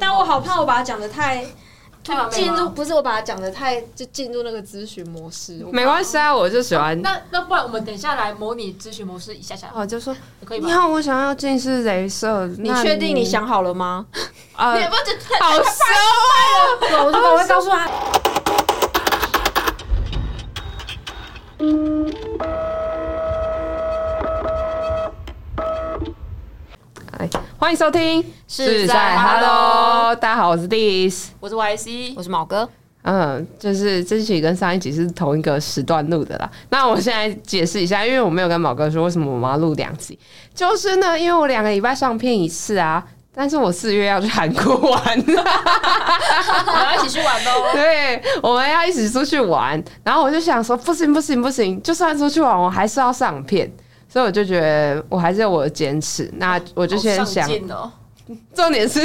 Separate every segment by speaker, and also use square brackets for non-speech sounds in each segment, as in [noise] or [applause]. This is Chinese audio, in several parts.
Speaker 1: 但我好怕我把它讲的太
Speaker 2: 太完美
Speaker 1: 进
Speaker 2: 吗
Speaker 1: 入，不是我把它讲的太就进入那个咨询模式。我
Speaker 3: 嗯
Speaker 4: 没关系啊，我就喜欢。
Speaker 2: 那那不然我们等一下来模拟咨询模式一下下，
Speaker 4: 我就说，
Speaker 2: 可以
Speaker 4: 你
Speaker 2: 吧？
Speaker 4: 好，我想要近视镭射，
Speaker 1: 你
Speaker 4: 那
Speaker 1: 确定你想好了吗？
Speaker 3: [laughs]
Speaker 4: 啊
Speaker 2: [laughs] 你？也不要觉得太
Speaker 4: 好羞啊！
Speaker 1: 对，我就我会告诉他。
Speaker 4: 哎，欢迎收听，
Speaker 1: 是在
Speaker 4: Hello，大家好，我是 Dis。
Speaker 2: 我是 YC，
Speaker 1: 我是毛哥，
Speaker 4: 嗯，就是这期跟上一集是同一个时段录的啦。那我现在解释一下，因为我没有跟毛哥说为什么我们要录两集，就是呢，因为我两个礼拜上片一次啊，但是我四月要去韩国玩。
Speaker 2: 我们要一起去玩喽。
Speaker 4: 对，我们要一起出去玩。然后我就想说，不行不行不行，就算出去玩，我还是要上片。所以我就觉得我还是有我的坚持。那 [laughs] 我就先
Speaker 2: 好
Speaker 4: 想
Speaker 2: 上，进哦，
Speaker 4: 重点是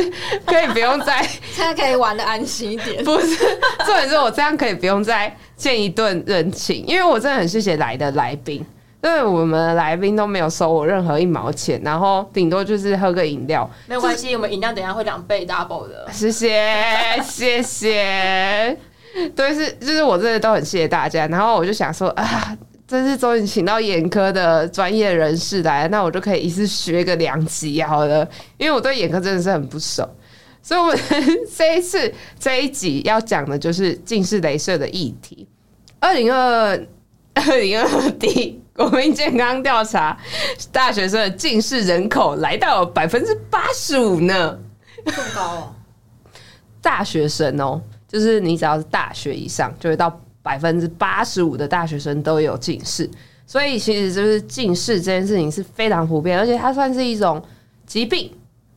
Speaker 4: 可以不用再，
Speaker 1: 现在可以玩的安心一点。 [laughs]
Speaker 4: 不是 [laughs] 重点是我这样可以不用再见一顿人情，因为我真的很谢谢来的来宾。因为我们的来宾都没有收我任何一毛钱，然后顶多就是喝个饮料，
Speaker 2: 没有关系，我们饮料等一下会两倍 double
Speaker 4: [laughs]
Speaker 2: 的。
Speaker 4: 谢谢，谢谢。对，是就是我真的都很谢谢大家。然后我就想说啊，这次终于请到眼科的专业人士来，那我就可以一次学个两集好了，因为我对眼科真的是很不熟。所以，我们这一次这一集要讲的就是近视雷射的议题。二零二二零二二第国民健康调查，大学生的近视人口来到百分之八十五呢。
Speaker 2: 这么高哦，
Speaker 4: 大学生哦，就是你只要是大学以上，就会到百分之八十五的大学生都有近视。所以其实就是近视这件事情是非常普遍，而且它算是一种疾病，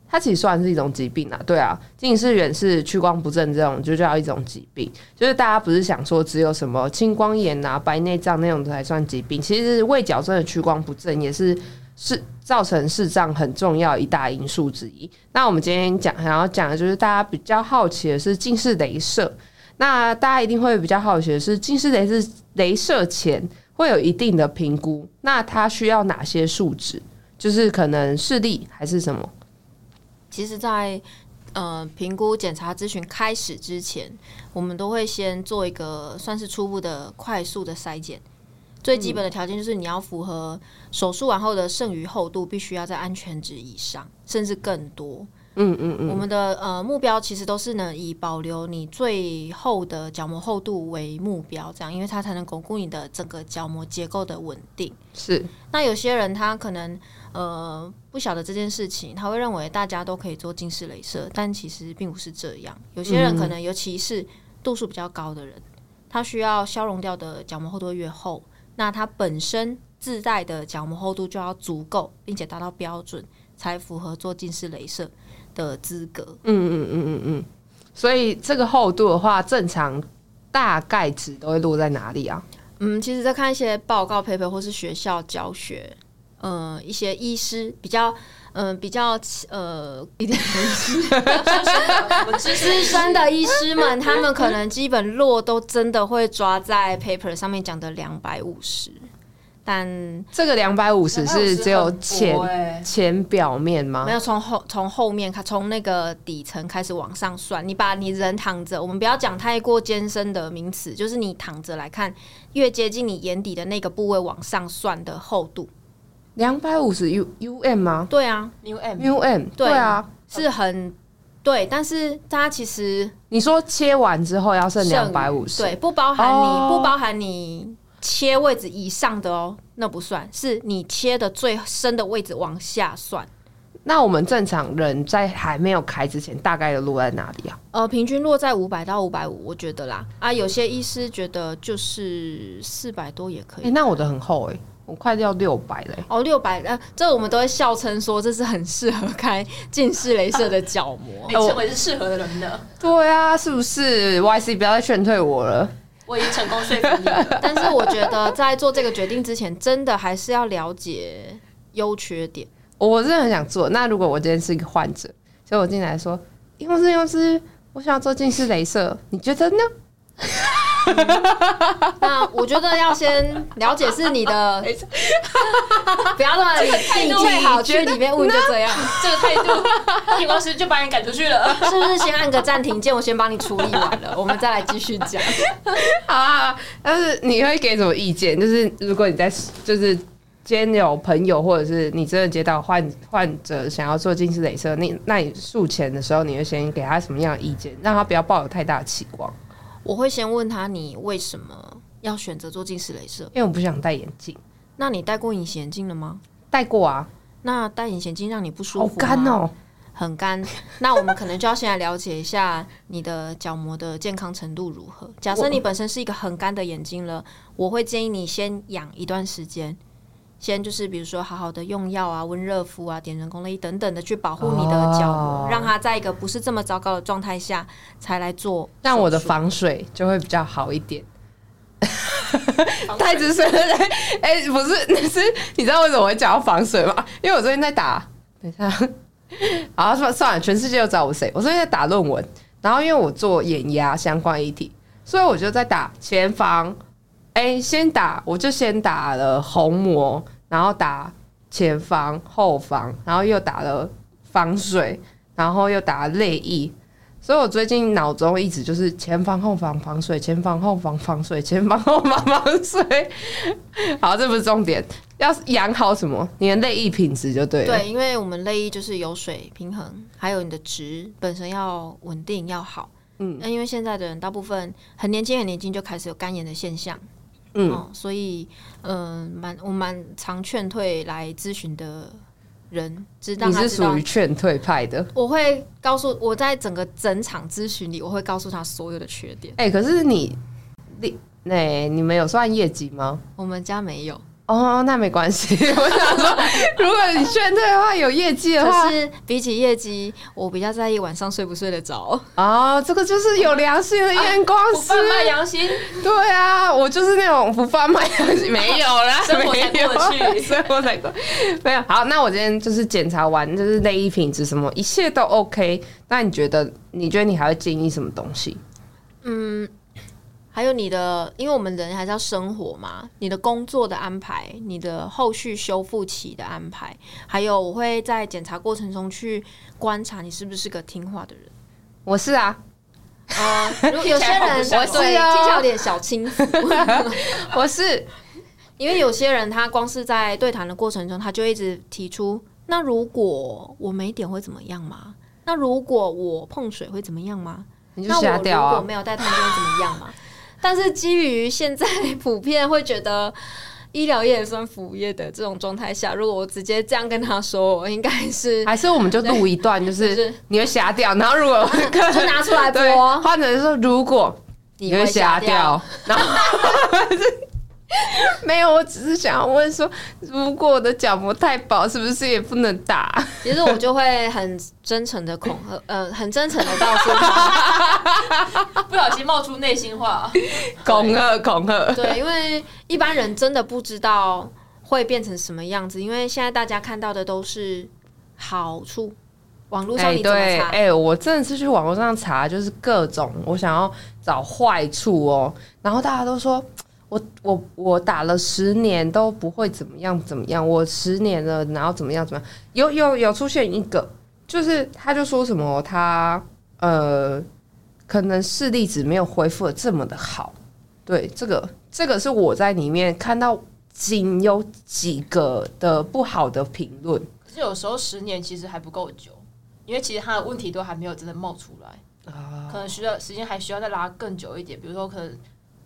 Speaker 4: 它其实算是一种疾病啊。对啊，近视、远视、屈光不正这种就叫一种疾病。就是大家不是想说只有什么青光眼啊、白内障那种才算疾病，其实胃矫正的屈光不正也是是造成视障很重要一大因素之一。那我们今天讲想要讲的就是大家比较好奇的是近视雷射。那大家一定会比较好奇的是，近视雷射雷射前会有一定的评估，那它需要哪些数值？就是可能视力还是什么？
Speaker 3: 其实在，呃评估检查咨询开始之前，我们都会先做一个算是初步的快速的筛检。最基本
Speaker 1: 嗯
Speaker 3: 的条件就是你要符合手术完后的剩余厚度必须要在安全值以上，甚至更多。
Speaker 4: 嗯嗯嗯，
Speaker 3: 我们的呃目标其实都是呢以保留你最后的角膜厚度为目标，这样因为它才能巩固你的整个角膜结构的稳定。
Speaker 4: 是
Speaker 3: 那有些人他可能呃不晓得这件事情，他会认为大家都可以做近视雷射，但其实并不是这样。有些人可能尤其是度数比较高的人，他需要消融掉的角膜厚度越厚，那他本身自带的角膜厚度就要足够，并且达到标准，才符合做近视雷射的资格。
Speaker 4: 嗯所以这个厚度的话，正常大概值都会落在哪里啊？
Speaker 3: 嗯，其实在看一些报告 paper 或是学校教学，呃，一些医师比较，嗯、比较呃，一点
Speaker 2: 我们知
Speaker 3: 资
Speaker 2: 识
Speaker 3: 深的医师们，他们可能基本落都真的会抓在 paper 上面讲的两百五十，但
Speaker 4: 这个两百五十欸是只有
Speaker 2: 钱
Speaker 4: 浅，浅表面吗
Speaker 3: 没？有从后从后面看，从那个底层开始往上算。你把你人躺着，我们不要讲太过艰深的名词，就是你躺着来看，越接近你眼底的那个部位往上算的厚度。
Speaker 4: 两百五十 U U M 吗
Speaker 3: 对啊，
Speaker 2: New M 哎
Speaker 4: ？U M 对
Speaker 3: 对
Speaker 4: 啊，
Speaker 3: 是很对，但是它其实
Speaker 4: 你说切完之后要剩两百五十，
Speaker 3: 对，不包含你、
Speaker 4: 哦
Speaker 3: 不包含你切位置以上的哦，那不算，是你切的最深的位置往下算。
Speaker 4: 那我们正常人在还没有开之前，大概的落在哪里啊？
Speaker 3: 呃，平均落在五百到五百五，我觉得啦。啊，有些医师觉得就是四百多也可
Speaker 4: 哎、
Speaker 3: 以。
Speaker 4: 那我的很厚哎、我快要六百嘞。
Speaker 3: 哦，六百，呃，这我们都会笑称说这是很适合开近视雷射的角膜 [laughs]
Speaker 2: 被。称为是适合的人的，
Speaker 4: 对啊，是不是？Y C 不要再劝退我了。
Speaker 2: 我已经成功说服你
Speaker 4: [laughs]
Speaker 2: 了。
Speaker 3: 哎但是我觉得在做这个决定之前，真的还是要了解优缺点。
Speaker 4: 我真的很想做。那如果我今天是一个患者，所以我进来说，医师、医师，我想要做近视雷射，你觉得呢？
Speaker 3: 那我觉得要先了解是你的，不要那么理性，最好去里面问就这样，
Speaker 2: 这个态度，验光师就把你赶出去
Speaker 4: [laughs]
Speaker 2: 了。
Speaker 3: 是不是先按个暂停键，我先帮你处理完了，我们再来继续讲。
Speaker 4: 好啊，但是你会给什么意见？就是如果你在就是今天有朋友，或者是你真的接到患患者想要做近视镭射，你那你术前的时候，你会先给他什么样的意见，让他不要抱有太大的期望？
Speaker 3: 我会先问他你为什么要选择做近视雷射？
Speaker 4: 因为我不想戴眼镜，
Speaker 3: 那你戴过隐形眼镜了吗？
Speaker 4: 戴过啊，
Speaker 3: 那戴隐形眼镜让你不舒服
Speaker 4: 好
Speaker 3: 吗
Speaker 4: 干哦、
Speaker 3: 很干。 [laughs] 那我们可能就要先来了解一下你的角膜的健康程度如何。假设你本身是一个很干的眼睛了，我会建议你先养一段时间，先就是比如说好好的用药啊、温热敷啊、点人工泪液等等的去保护你的角膜，
Speaker 4: 哦
Speaker 3: 让它在一个不是这么糟糕的状态下才来做。
Speaker 4: 让我的防水就会比较好一点。 [laughs] 太子深了，哎、不是，那是你知道为什么我会讲到防水吗？因为我最近在打，等一下， [laughs] 好算算了，全世界都知道我是谁。我最近在打论文，然后因为我做眼压相关议题，所以我就在打前防，哎、先打，我就先打了虹膜，然后打前防、后防，然后又打了防水，然后又打了泪液，所以我最近脑中一直就是前防后防防水，前防后防防水，前防后防防水。 [laughs] 好，这不是重点，要养好什么？你的内衣品质就对了。
Speaker 3: 对，因为我们泪液就是有水平衡，还有你的值本身要稳定要好。
Speaker 4: 嗯
Speaker 3: 嗯，那因为现在的人大部分很年轻，很年轻就开始有干眼的现象。
Speaker 4: 嗯
Speaker 3: 哦，所以嗯，蛮、我蛮常劝退来咨询的人，知道
Speaker 4: 你
Speaker 3: 他
Speaker 4: 是
Speaker 3: 知道
Speaker 4: 属于。劝退派的。
Speaker 3: 我会告诉我在整个整场咨询里，我会告诉他所有的缺点。
Speaker 4: 哎、可是你，你，那、你们有算业绩吗？
Speaker 3: 我们家没有，
Speaker 4: 哦，那没关系。 [laughs] 我想说，如果你劝退的话，有业绩的话
Speaker 3: 可，是比起业绩，我比较在意晚上睡不睡得着。
Speaker 4: 哦，这个就是有良心的验光
Speaker 3: 啊
Speaker 2: 不
Speaker 4: 师。
Speaker 2: 贩卖良心，
Speaker 4: 对啊，我就是那种不贩卖良心，没有啦，
Speaker 2: 生活才
Speaker 4: 没有
Speaker 2: 过得去
Speaker 4: 生活才过没有。好，那我今天就是检查完，就是内衣品质什么，一切都 OK。那你觉得？你觉得你还会建议什么东西？
Speaker 3: 还有你的，因为我们人还是要生活嘛，你的工作的安排，你的后续修复期的安排，还有我会在检查过程中去观察你是不是个听话的人。
Speaker 4: 我是啊，
Speaker 3: 啊、如果有些
Speaker 2: 听
Speaker 3: [laughs] 人
Speaker 2: 起来好不像
Speaker 3: 对
Speaker 4: 我是哦
Speaker 3: 听起来有点小轻浮，
Speaker 4: 我是
Speaker 3: [laughs] 因为有些人他光是在对谈的过程中，他就一直提出：那如果我没点会怎么样吗？那如果我碰水会怎么样吗？
Speaker 4: 你就
Speaker 3: 那
Speaker 4: 瞎
Speaker 3: 我
Speaker 4: 掉
Speaker 3: 如
Speaker 4: 啊
Speaker 3: 果。没有戴探针会怎么样嘛？但是基于现在 [laughs] 普遍会觉得医疗业也算服务业的这种状态下，如果我直接这样跟他说，我应该
Speaker 4: [laughs]
Speaker 3: 是
Speaker 4: 还是我们就录一段，
Speaker 3: [laughs]
Speaker 4: 就是
Speaker 3: 是
Speaker 4: 你会瞎掉，然后如果
Speaker 3: 就拿出来
Speaker 4: 对
Speaker 3: 播，
Speaker 4: 患者就说如果你会瞎掉，然后 [laughs] 没有，我只是想要问说，如果我的角膜太薄，是不是也不能打？
Speaker 3: 其实我就会很真诚的恐吓，呃，很真诚的告诉他，
Speaker 2: 不小心冒出内心话，
Speaker 4: [laughs] 恐吓恐 [laughs] 吓，
Speaker 3: 对，因为一般人真的不知道会变成什么样子，因为现在大家看到的都是好处，网络上
Speaker 4: 哎
Speaker 3: 你怎么
Speaker 4: 对，
Speaker 3: 查？
Speaker 4: 哎、我真的是去网络上查，就是各种我想要找坏处哦，然后大家都说。我我我打了十年都不会怎么样怎么样，我十年了，然后怎么样怎么样？有有有出现一个，就是他就说什么他呃，可能视力值没有恢复的这么的好。对，这个这个是我在里面看到仅有几个的不好的评论。
Speaker 2: 可是有时候十年其实还不够久，因为其实他的问题都还没有真的冒出来，可能需要时间还需要再拉更久一点。比如说，可能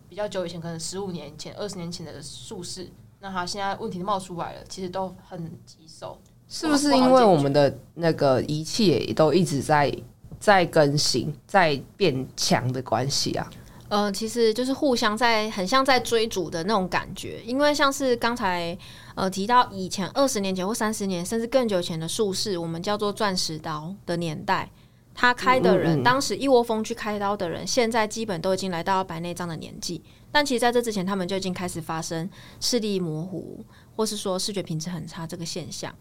Speaker 2: 比较久以前，可能十五年前、二十年前的术士，那他现在问题冒出来了，其实都很棘手。
Speaker 4: 是不是因为我们的那个仪器也都一直在在更新、在变强的关系啊？
Speaker 3: 呃，其实就是互相在很像在追逐的那种感觉，因为像是刚才呃提到以前二十年前或三十年甚至更久以前的术士，我们叫做钻石刀的年代，他开的
Speaker 4: 嗯
Speaker 3: 人，
Speaker 4: 嗯嗯
Speaker 3: 当时一窝蜂去开刀的人，现在基本都已经来到白内障的年纪，但其实在这之前，他们就已经开始发生视力模糊，或是说视觉品质很差这个现象。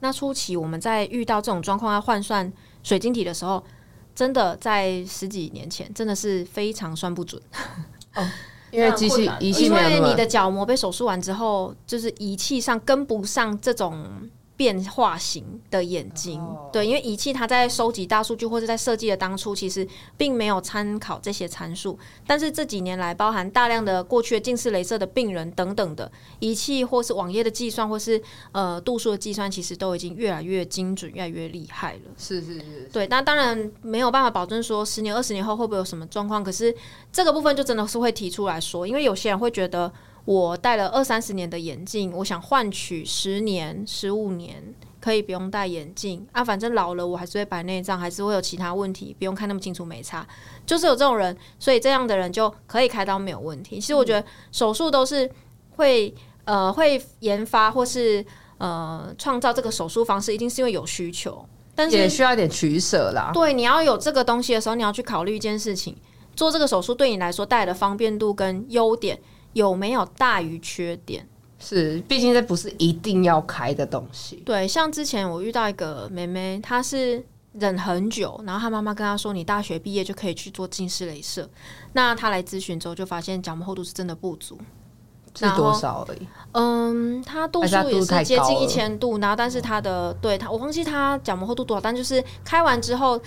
Speaker 3: 那初期我们在遇到这种状况要换算水晶体的时候，真的在十几年前真的是非常算不准。
Speaker 4: 因为机
Speaker 2: 非
Speaker 4: 器
Speaker 2: 常困难
Speaker 4: 仪器
Speaker 3: 因
Speaker 4: 没有
Speaker 3: 为
Speaker 4: 那
Speaker 3: 你
Speaker 4: 么
Speaker 3: 的角膜被手术完之后，就是仪器上跟不上这种变化型的眼睛。
Speaker 4: 哦
Speaker 3: 对，因为仪器它在收集大数据或者在设计的当初，其实并没有参考这些参数。但是这几年来，包含大量的过去的近视雷射的病人等等的仪器，或是网页的计算，或是呃度数的计算，其实都已经越来越精准，越来越厉害了。
Speaker 4: 是是是，
Speaker 3: 对，那当然没有办法保证说十年、二十年后会不会有什么状况，可是这个部分就真的是会提出来说，因为有些人会觉得我戴了二三十年的眼镜，我想换取十年、十五年可以不用戴眼镜啊，反正老了我还是会白内障，还是会有其他问题，不用看那么清楚没差，就是有这种人，所以这样的人就可以开刀没有问题。其实我觉
Speaker 4: 嗯
Speaker 3: 得手术都是会呃会研发或是。呃，创造这个手术方式一定是因为有需求，但是
Speaker 4: 也需要一点取舍啦。
Speaker 3: 对，你要有这个东西的时候，你要去考虑一件事情：做这个手术对你来说带来的方便度跟优点有没有大于缺点？
Speaker 4: 是，毕竟这不是一定要开的东西。
Speaker 3: 对，像之前我遇到一个妹妹，她是忍很久，然后她妈妈跟她说：“你大学毕业就可以去做近视雷射。”那她来咨询之后，就发现角膜厚度是真的不足。
Speaker 4: 是多少而已，
Speaker 3: 嗯，它度
Speaker 4: 还是它
Speaker 3: 数
Speaker 4: 度
Speaker 3: 也
Speaker 4: 太
Speaker 3: 是接
Speaker 4: 高
Speaker 3: 近
Speaker 4: 了
Speaker 3: 一千度，然后但是它的对它，我忘记它角膜厚度多少，但就是开完之后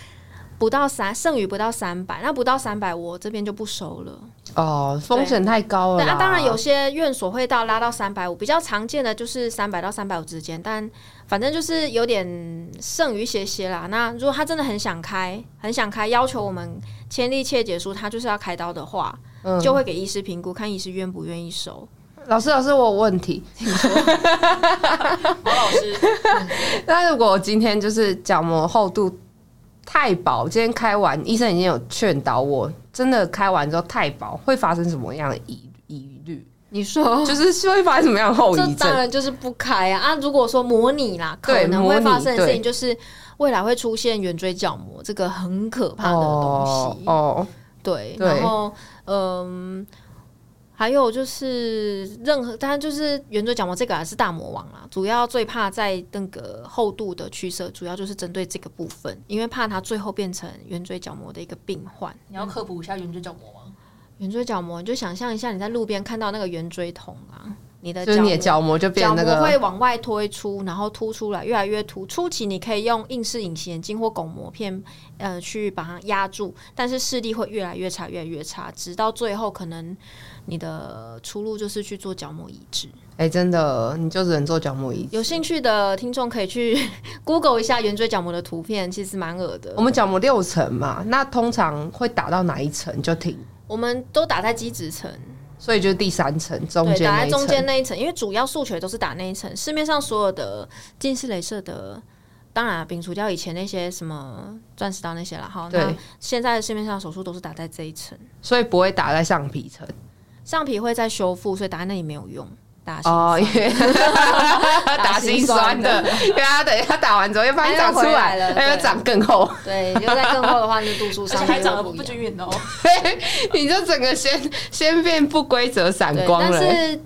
Speaker 3: 不到三，剩余不到三百，那不到三百我这边就不收了。
Speaker 4: 哦，风险太高了
Speaker 3: 对
Speaker 4: 啦。
Speaker 3: 啊，当然有些院所会到拉到三百五，比较常见的就是三百到三百五之间，但反正就是有点剩余些些啦。那如果他真的很想开，很想开，要求我们签立切结书，他就是要开刀的话，
Speaker 4: 嗯
Speaker 3: 就会给医师评估，看医师愿不愿意收。
Speaker 4: 老师，老师，我有问
Speaker 3: [laughs]
Speaker 4: 题。
Speaker 2: 毛老师，
Speaker 4: [laughs] 那如果我今天就是角膜厚度太薄，今天开完，医生已经有劝导我，真的开完之后太薄，会发生什么样的疑疑虑？
Speaker 1: 你说
Speaker 4: 就是会发生什么样的后
Speaker 3: 这
Speaker 4: 遗
Speaker 3: 当
Speaker 4: 症？
Speaker 3: 然就是不开啊！啊，如果说模拟啦，可
Speaker 4: 对
Speaker 3: 能
Speaker 4: 模
Speaker 3: 会
Speaker 4: 拟
Speaker 3: 发生的事
Speaker 4: 对
Speaker 3: 情就是未来会出现圆锥角膜这个很可怕的东
Speaker 4: 哦
Speaker 3: 西。
Speaker 4: 哦，
Speaker 3: 对，
Speaker 4: 对
Speaker 3: 然后嗯，还有就是任何，当然就是圆锥角膜这个啊是大魔王啦，主要最怕在那个厚度的取舍，主要就是针对这个部分，因为怕它最后变成圆锥角膜的一个病患。
Speaker 2: 你要科普一下圆锥角膜吗？
Speaker 3: 圆锥角膜，你就想象一下你在路边看到那个圆锥筒啊，你的
Speaker 4: 就是你的
Speaker 3: 角膜
Speaker 4: 角膜就变
Speaker 3: 角
Speaker 4: 那
Speaker 3: 膜
Speaker 4: 个
Speaker 3: 会往外推出，然后凸出来，越来越凸。初期你可以用硬式隐形眼镜或巩膜片，呃，去把它压住，但是视力会越来越差，越来越差，直到最后可能你的出路就是去做角膜移植。
Speaker 4: 哎、真的，你就只能做角膜移植。
Speaker 3: 有兴趣的听众可以去 [laughs] Google 一下圆锥角膜的图片，其实蛮恶的。
Speaker 4: 我们角膜六层嘛，那通常会打到哪一层就停，
Speaker 3: 我们都打在基质层，
Speaker 4: 所以就是第三层中
Speaker 3: 对，
Speaker 4: 间
Speaker 3: 打
Speaker 4: 那
Speaker 3: 在
Speaker 4: 一
Speaker 3: 中间
Speaker 4: 层。
Speaker 3: 那一层，因为主要诉求都是打那一层。市面上所有的近视雷射的，当然、啊、摒除掉以前那些什么钻石刀那些了哈。那
Speaker 4: 对，
Speaker 3: 现在市面上的手术都是打在这一层，
Speaker 4: 所以不会打在上皮层
Speaker 3: 上皮会在修复，所以打在那里没有用。打心
Speaker 4: 哦，
Speaker 3: 酸
Speaker 4: 因为打心
Speaker 3: [laughs]
Speaker 4: 酸的，因为他等一下打完之后又发现长出来
Speaker 3: 哎又回来了
Speaker 4: 哎又
Speaker 3: 对
Speaker 4: 长更厚，
Speaker 3: 对，啊又在更厚的话，那度数
Speaker 2: 而且
Speaker 3: 上
Speaker 2: 还长得
Speaker 3: 就
Speaker 2: 不
Speaker 3: 一样
Speaker 2: 均匀哦。
Speaker 4: 你就整个先先变不规则散
Speaker 3: 对，
Speaker 4: [laughs] 光了。
Speaker 3: 但是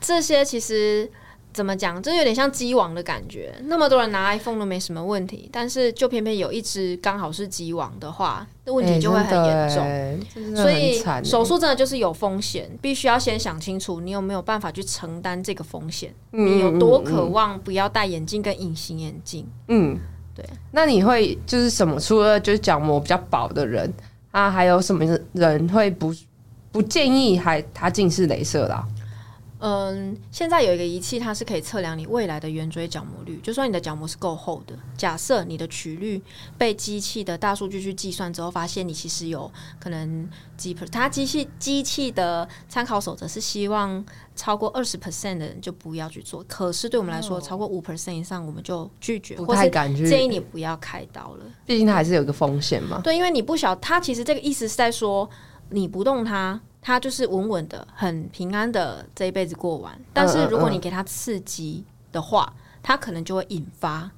Speaker 3: 这些其实怎么讲，这有点像鸡网的感觉。那么多人拿 iPhone 都没什么问题，但是就偏偏有一只刚好是鸡网的话，那问
Speaker 4: 哎
Speaker 3: 题就会很严重。
Speaker 4: 重
Speaker 3: 所以
Speaker 4: 欸
Speaker 3: 手术真的就是有风险，必须要先想清楚你有没有办法去承担这个风险，
Speaker 4: 嗯
Speaker 3: 你有多渴？望不要戴眼镜跟隐形眼镜。
Speaker 4: 嗯，嗯嗯
Speaker 3: 对。
Speaker 4: 那你会就是什么？除了就是角膜比较薄的人，啊，还有什么人会不不建议还他近视雷射啦？
Speaker 3: 嗯，现在有一个仪器，它是可以测量你未来的圆锥角膜率，就算你的角膜是够厚的，假设你的曲率被机器的大数据去计算之后，发现你其实有可能几 per，它机器机器的参考守则是希望超过二十 percent 的人就不要去做，可是对我们来说，超过五 percent 以上我们就拒绝，
Speaker 4: 哦不
Speaker 3: 或
Speaker 4: 太
Speaker 3: 是
Speaker 4: 敢
Speaker 3: 建
Speaker 4: 去，哦
Speaker 3: 议你不要开刀了。
Speaker 4: 毕竟它还是有一个风险嘛。
Speaker 3: 对，因为你不晓，他其实这个意思是在说，你不动它，它就是稳稳的、很平安的这一辈子过完。但
Speaker 4: 嗯
Speaker 3: 是如果你给它刺激的话，它可能就会引发，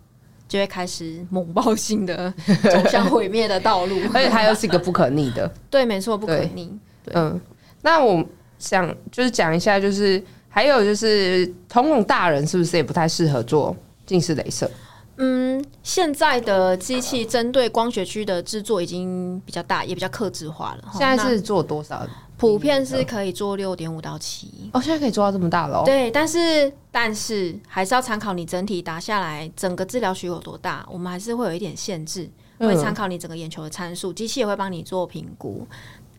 Speaker 3: 就会开始猛爆
Speaker 4: [laughs]
Speaker 3: 性的走向毁灭的道路。
Speaker 4: 而且它又是一个不可逆的。
Speaker 3: 对，没错，不可
Speaker 4: 对
Speaker 3: 逆。对
Speaker 4: 嗯，那我想就是讲一下，就是还有就是瞳孔大人是不是也不太适合做近视雷射？
Speaker 3: 嗯，现在的机器针对光学区的制作已经比较大，也比较克制化了。
Speaker 4: 现在嗯
Speaker 3: 那
Speaker 4: 是做多少？
Speaker 3: 普遍是可以做六点五到七。
Speaker 4: 哦，现在可以做到这么大了、哦。
Speaker 3: 对，但是但是还是要参考你整体打下来，整个治疗区有多大，我们还是会有一点限制，会参考你整个眼球的参数，机器也会帮你做评估。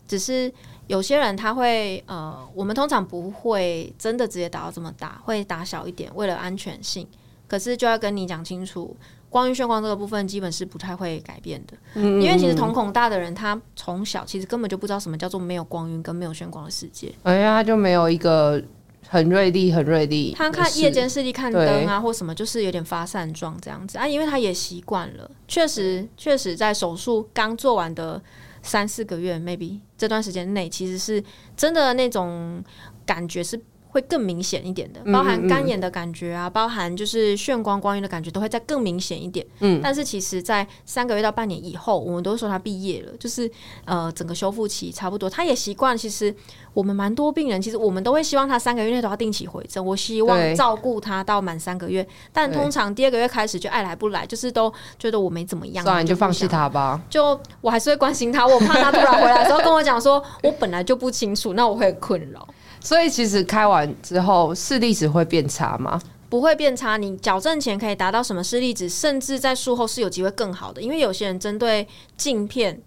Speaker 3: 只是有些人他会呃，我们通常不会真的直接打到这么大，会打小一点，为了安全性。可是就要跟你讲清楚，光晕眩光这个部分基本是不太会改变的，
Speaker 4: 嗯
Speaker 3: 因为其实瞳孔大的人，他从小其实根本就不知道什么叫做没有光晕跟没有眩光的世界。
Speaker 4: 哎呀，他就没有一个很锐利、很锐利的事。
Speaker 3: 他看夜间视力看灯啊或什么，就是有点发散状这样子啊，因为他也习惯了。确实，确实在手术刚做完的三四个月，maybe 这段时间内，其实是真的那种感觉是会更明显一点的，
Speaker 4: 嗯
Speaker 3: 包含干眼的感觉啊，包含就是眩光光晕的感觉，都会再更明显一点。嗯，但是其实，在三个月到半年以后，我们都说他毕业了，就是呃整个修复期差不多，他也习惯。其实我们蛮多病人，其实我们都会希望他三个月内都要定期回诊，我希
Speaker 4: 对
Speaker 3: 望照顾他到满三个月，但通常第二个月开始就爱来不来，就是都觉得我没怎么样，啊
Speaker 4: 算了，你就
Speaker 3: 不
Speaker 4: 放弃
Speaker 3: 想
Speaker 4: 他吧。
Speaker 3: 就我还是会关心他，我怕他突然回来的时候跟我讲说，我本来就不清楚，那我会困扰。
Speaker 4: 所以其实开完之后，视力值会变差吗？
Speaker 3: 不会变差，你矫正前可以达到什么视力值，甚至在术后是有机会更好的。因为有些人针对镜片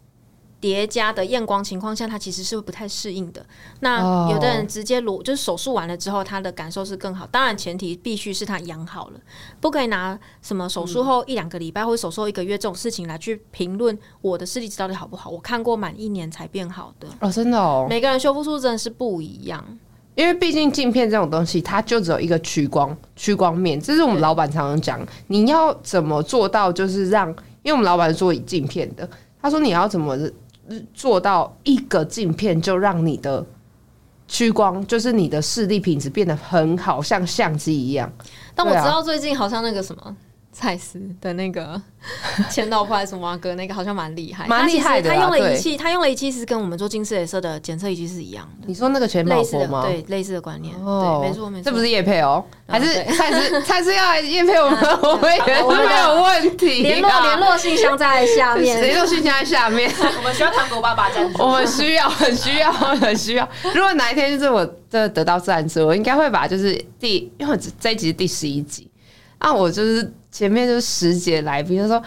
Speaker 3: 叠加的验光情况下，他其实是不太适应的。
Speaker 4: 哦
Speaker 3: 那有的人直接裸，就是手术完了之后，他的感受是更好。当然，前提必须是他养好了，不可以拿什么手术后一两个礼拜或者手术后一个月这种事情来去评论我的视力值到底好不好。我看过满一年才变好的，
Speaker 4: 哦，真的哦，
Speaker 3: 每个人修复术真的是不一样。
Speaker 4: 因为毕竟镜片这种东西，它就只有一个屈光屈光面，这是我们老板常常讲，你要怎么做到，就是让，因为我们老板是做镜片的，他说你要怎么做到一个镜片就让你的屈光，就是你的视力品质变得很好，像相机一样。
Speaker 3: 但我
Speaker 4: 对啊
Speaker 3: 知道最近好像那个什么蔡司的那个 [laughs] 千岛派什么蛙哥那个好像蛮厉害，
Speaker 4: 蛮厉害的啦
Speaker 3: 他其实他用的
Speaker 4: 对
Speaker 3: 仪器，他用的仪器是跟我们做近视雷射的检测仪器是一样的，
Speaker 4: 你说那个钱宝
Speaker 3: 类似
Speaker 4: 佛
Speaker 3: 的
Speaker 4: 吗？
Speaker 3: 对类似的观念。
Speaker 4: 哦，
Speaker 3: 对，没错没错，
Speaker 4: 这不是叶配哦，还是
Speaker 3: 对
Speaker 4: 蔡司蔡司要来叶配我们， [laughs] 我们也是
Speaker 3: 我们的
Speaker 4: 没有问啊题、啊
Speaker 3: 联络联。络信箱在下
Speaker 4: 谁
Speaker 3: 面。
Speaker 4: 都信在下面，
Speaker 2: [laughs] 我们需要糖果爸爸赞助
Speaker 4: [laughs] 我。们需要，很需要，很需要。如果哪一天就是我真的得到赞助，我应该会把就是第，因为我这一集是第十一集，啊，我就是前面就是十节来宾就说。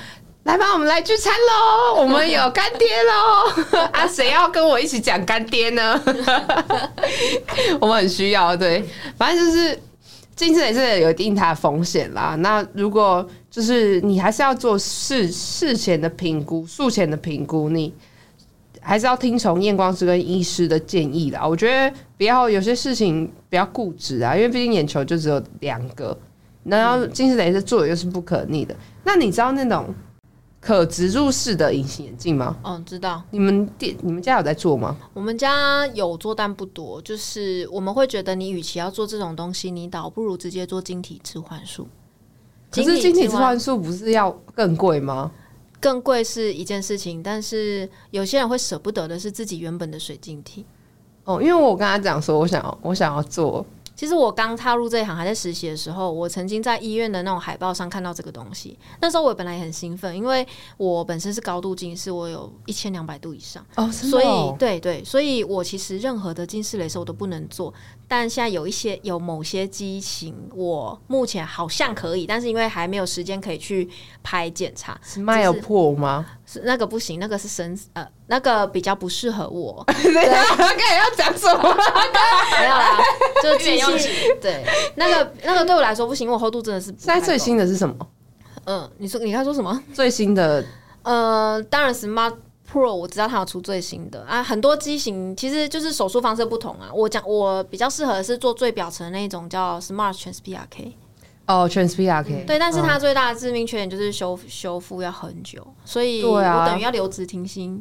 Speaker 4: 来吧，我们来聚餐喽！我们有干爹喽！ [laughs] 啊，谁要跟我一起讲干爹呢？ [laughs] 我们很需要，对，反正就是近视也是有一定它的风险啦。那如果就是你还是要做事事前的评估、术前的评估，你还是要听从验光师跟医师的建议啦。我觉得不要有些事情不要固执啊，因为毕竟眼球就只有两个，然后近视雷射做的又是不可逆的。那你知道那种可植入式的隐形眼镜吗？
Speaker 3: 嗯，知道。
Speaker 4: 你们店你们家有在做吗？
Speaker 3: 我们家有做，但不多。就是我们会觉得，你与其要做这种东西，你倒不如直接做晶体置换术。
Speaker 4: 可是晶体置
Speaker 3: 置换
Speaker 4: 换术不是要更贵吗？
Speaker 3: 更贵是一件事情，但是有些人会舍不得的是自己原本的水晶体。
Speaker 4: 哦，因为我跟他讲说，我想要我想要做，
Speaker 3: 其实我刚踏入这一行还在实习的时候，我曾经在医院的那种海报上看到这个东西。那时候我本来也很兴奋，因为我本身是高度近视，我有一千两百度以上，
Speaker 4: 哦，
Speaker 3: 所以对对，所以我其实任何的近视雷射我都不能做。但现在有一些有某些机型，我目前好像可以，但是因为还没有时间可以去拍检查，
Speaker 4: 是卖有破吗？
Speaker 3: 是那个不行，那个是神呃，那个比较不适合
Speaker 4: [laughs]
Speaker 3: 我。
Speaker 4: 等一
Speaker 3: 啊
Speaker 4: 下，啊他刚才要讲什
Speaker 3: [laughs]
Speaker 4: 么？
Speaker 3: 没有啦，就机
Speaker 2: 越用
Speaker 3: 器对那个那个对我来说不行，因为我厚度真的是不
Speaker 4: 现在
Speaker 3: 太
Speaker 4: 最
Speaker 3: 够
Speaker 4: 新的是什么？
Speaker 3: 嗯，你说你刚才说什么？
Speaker 4: 最新的
Speaker 3: 呃，当然 Smart Pro 我知道它有出最新的啊，很多机型其实就是手术方式不同啊。我讲我比较适合的是做最表层的那一种叫 Smart Trans PRK，
Speaker 4: 哦，TransPRK，
Speaker 3: 对，但是它最大的致命缺点就是修修复要很久，所以
Speaker 4: 对
Speaker 3: 我
Speaker 4: 啊
Speaker 3: 等于要留职停薪。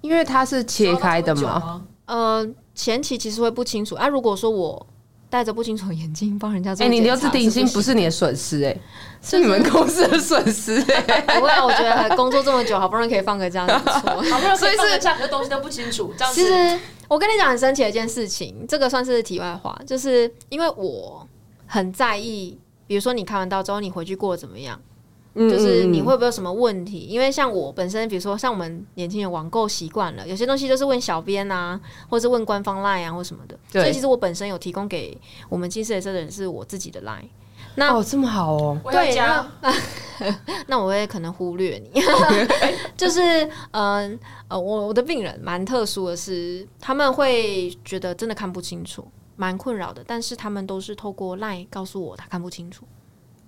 Speaker 4: 因为它是切开的嘛，？
Speaker 3: 呃，前期其实会不清楚啊。如果说我戴着不清楚的眼镜帮人家做
Speaker 4: 哎，
Speaker 3: 检查，
Speaker 4: 你留职停薪
Speaker 3: 是
Speaker 4: 不是你的损失哎，是你们公司的损失哎，
Speaker 3: 不会啊，我觉得工作这么久，好不容易可以放个
Speaker 4: [laughs]
Speaker 3: 假，不错。
Speaker 2: 好不容易
Speaker 4: 所以是
Speaker 2: 放得下很多东西都不清楚，这样
Speaker 3: 其
Speaker 2: 子
Speaker 3: 实我跟你讲很神奇的一件事情，这个算是题外话， [laughs] 就是因为我很在意，比如说你开完刀之后你回去过得怎么样，
Speaker 4: 嗯
Speaker 3: 就是
Speaker 4: 嗯
Speaker 3: 你
Speaker 4: 嗯
Speaker 3: 会不会有什么问题？因为像我本身，比如说像我们年轻人网购习惯了，有些东西就是问小编啊，或者问官方 line 啊，或什么的。
Speaker 4: 对
Speaker 3: 所以其实我本身有提供给我们近视雷射的人是我自己的 line。那
Speaker 4: 哦，这么好哦，
Speaker 2: 我要
Speaker 3: 对
Speaker 2: 加
Speaker 3: 那那我会可能忽略
Speaker 4: [laughs]
Speaker 3: 你， [laughs] 就是嗯呃，我我的病人蛮特殊的是，他们会觉得真的看不清楚，蛮困扰的，但是他们都是透过 LINE 告诉我他看不清楚，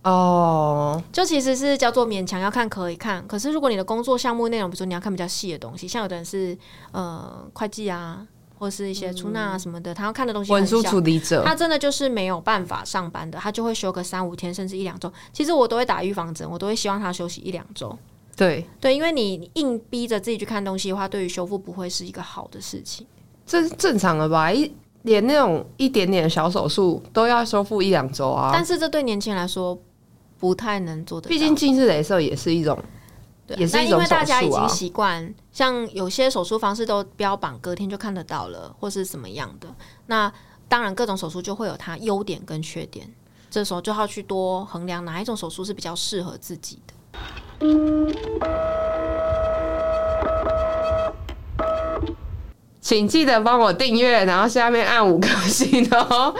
Speaker 4: 哦，
Speaker 3: 就其实是叫做勉强要看可以看，可是如果你的工作项目内容，比如说你要看比较细的东西，像有的人是呃会计啊，或是一些出纳啊什么的，他要看的东西
Speaker 4: 嗯
Speaker 3: 很
Speaker 4: 文书
Speaker 3: 小
Speaker 4: 处理者，
Speaker 3: 他真的就是没有办法上班的，他就会休个三五天，甚至一两周。其实我都会打预防针，我都会希望他休息一两周。
Speaker 4: 对，
Speaker 3: 对，因为你硬逼着自己去看东西的话，对于修复不会是一个好的事情。
Speaker 4: 这是正常的吧？一连那种一点点小手术都要修复一两周啊，
Speaker 3: 但是这对年轻人来说不太能做得到。
Speaker 4: 毕竟近视雷射也是一种，
Speaker 3: 对
Speaker 4: 也是
Speaker 3: 那
Speaker 4: 一
Speaker 3: 因
Speaker 4: 种
Speaker 3: 为大家
Speaker 4: 手
Speaker 3: 已
Speaker 4: 术啊
Speaker 3: 经习惯，像有些手术方式都标榜隔天就看得到了，或是怎么样的。那当然，各种手术就会有它优点跟缺点，这时候就要去多衡量哪一种手术是比较适合自己的。
Speaker 4: 请记得帮我订阅，然后下面按五颗星哦。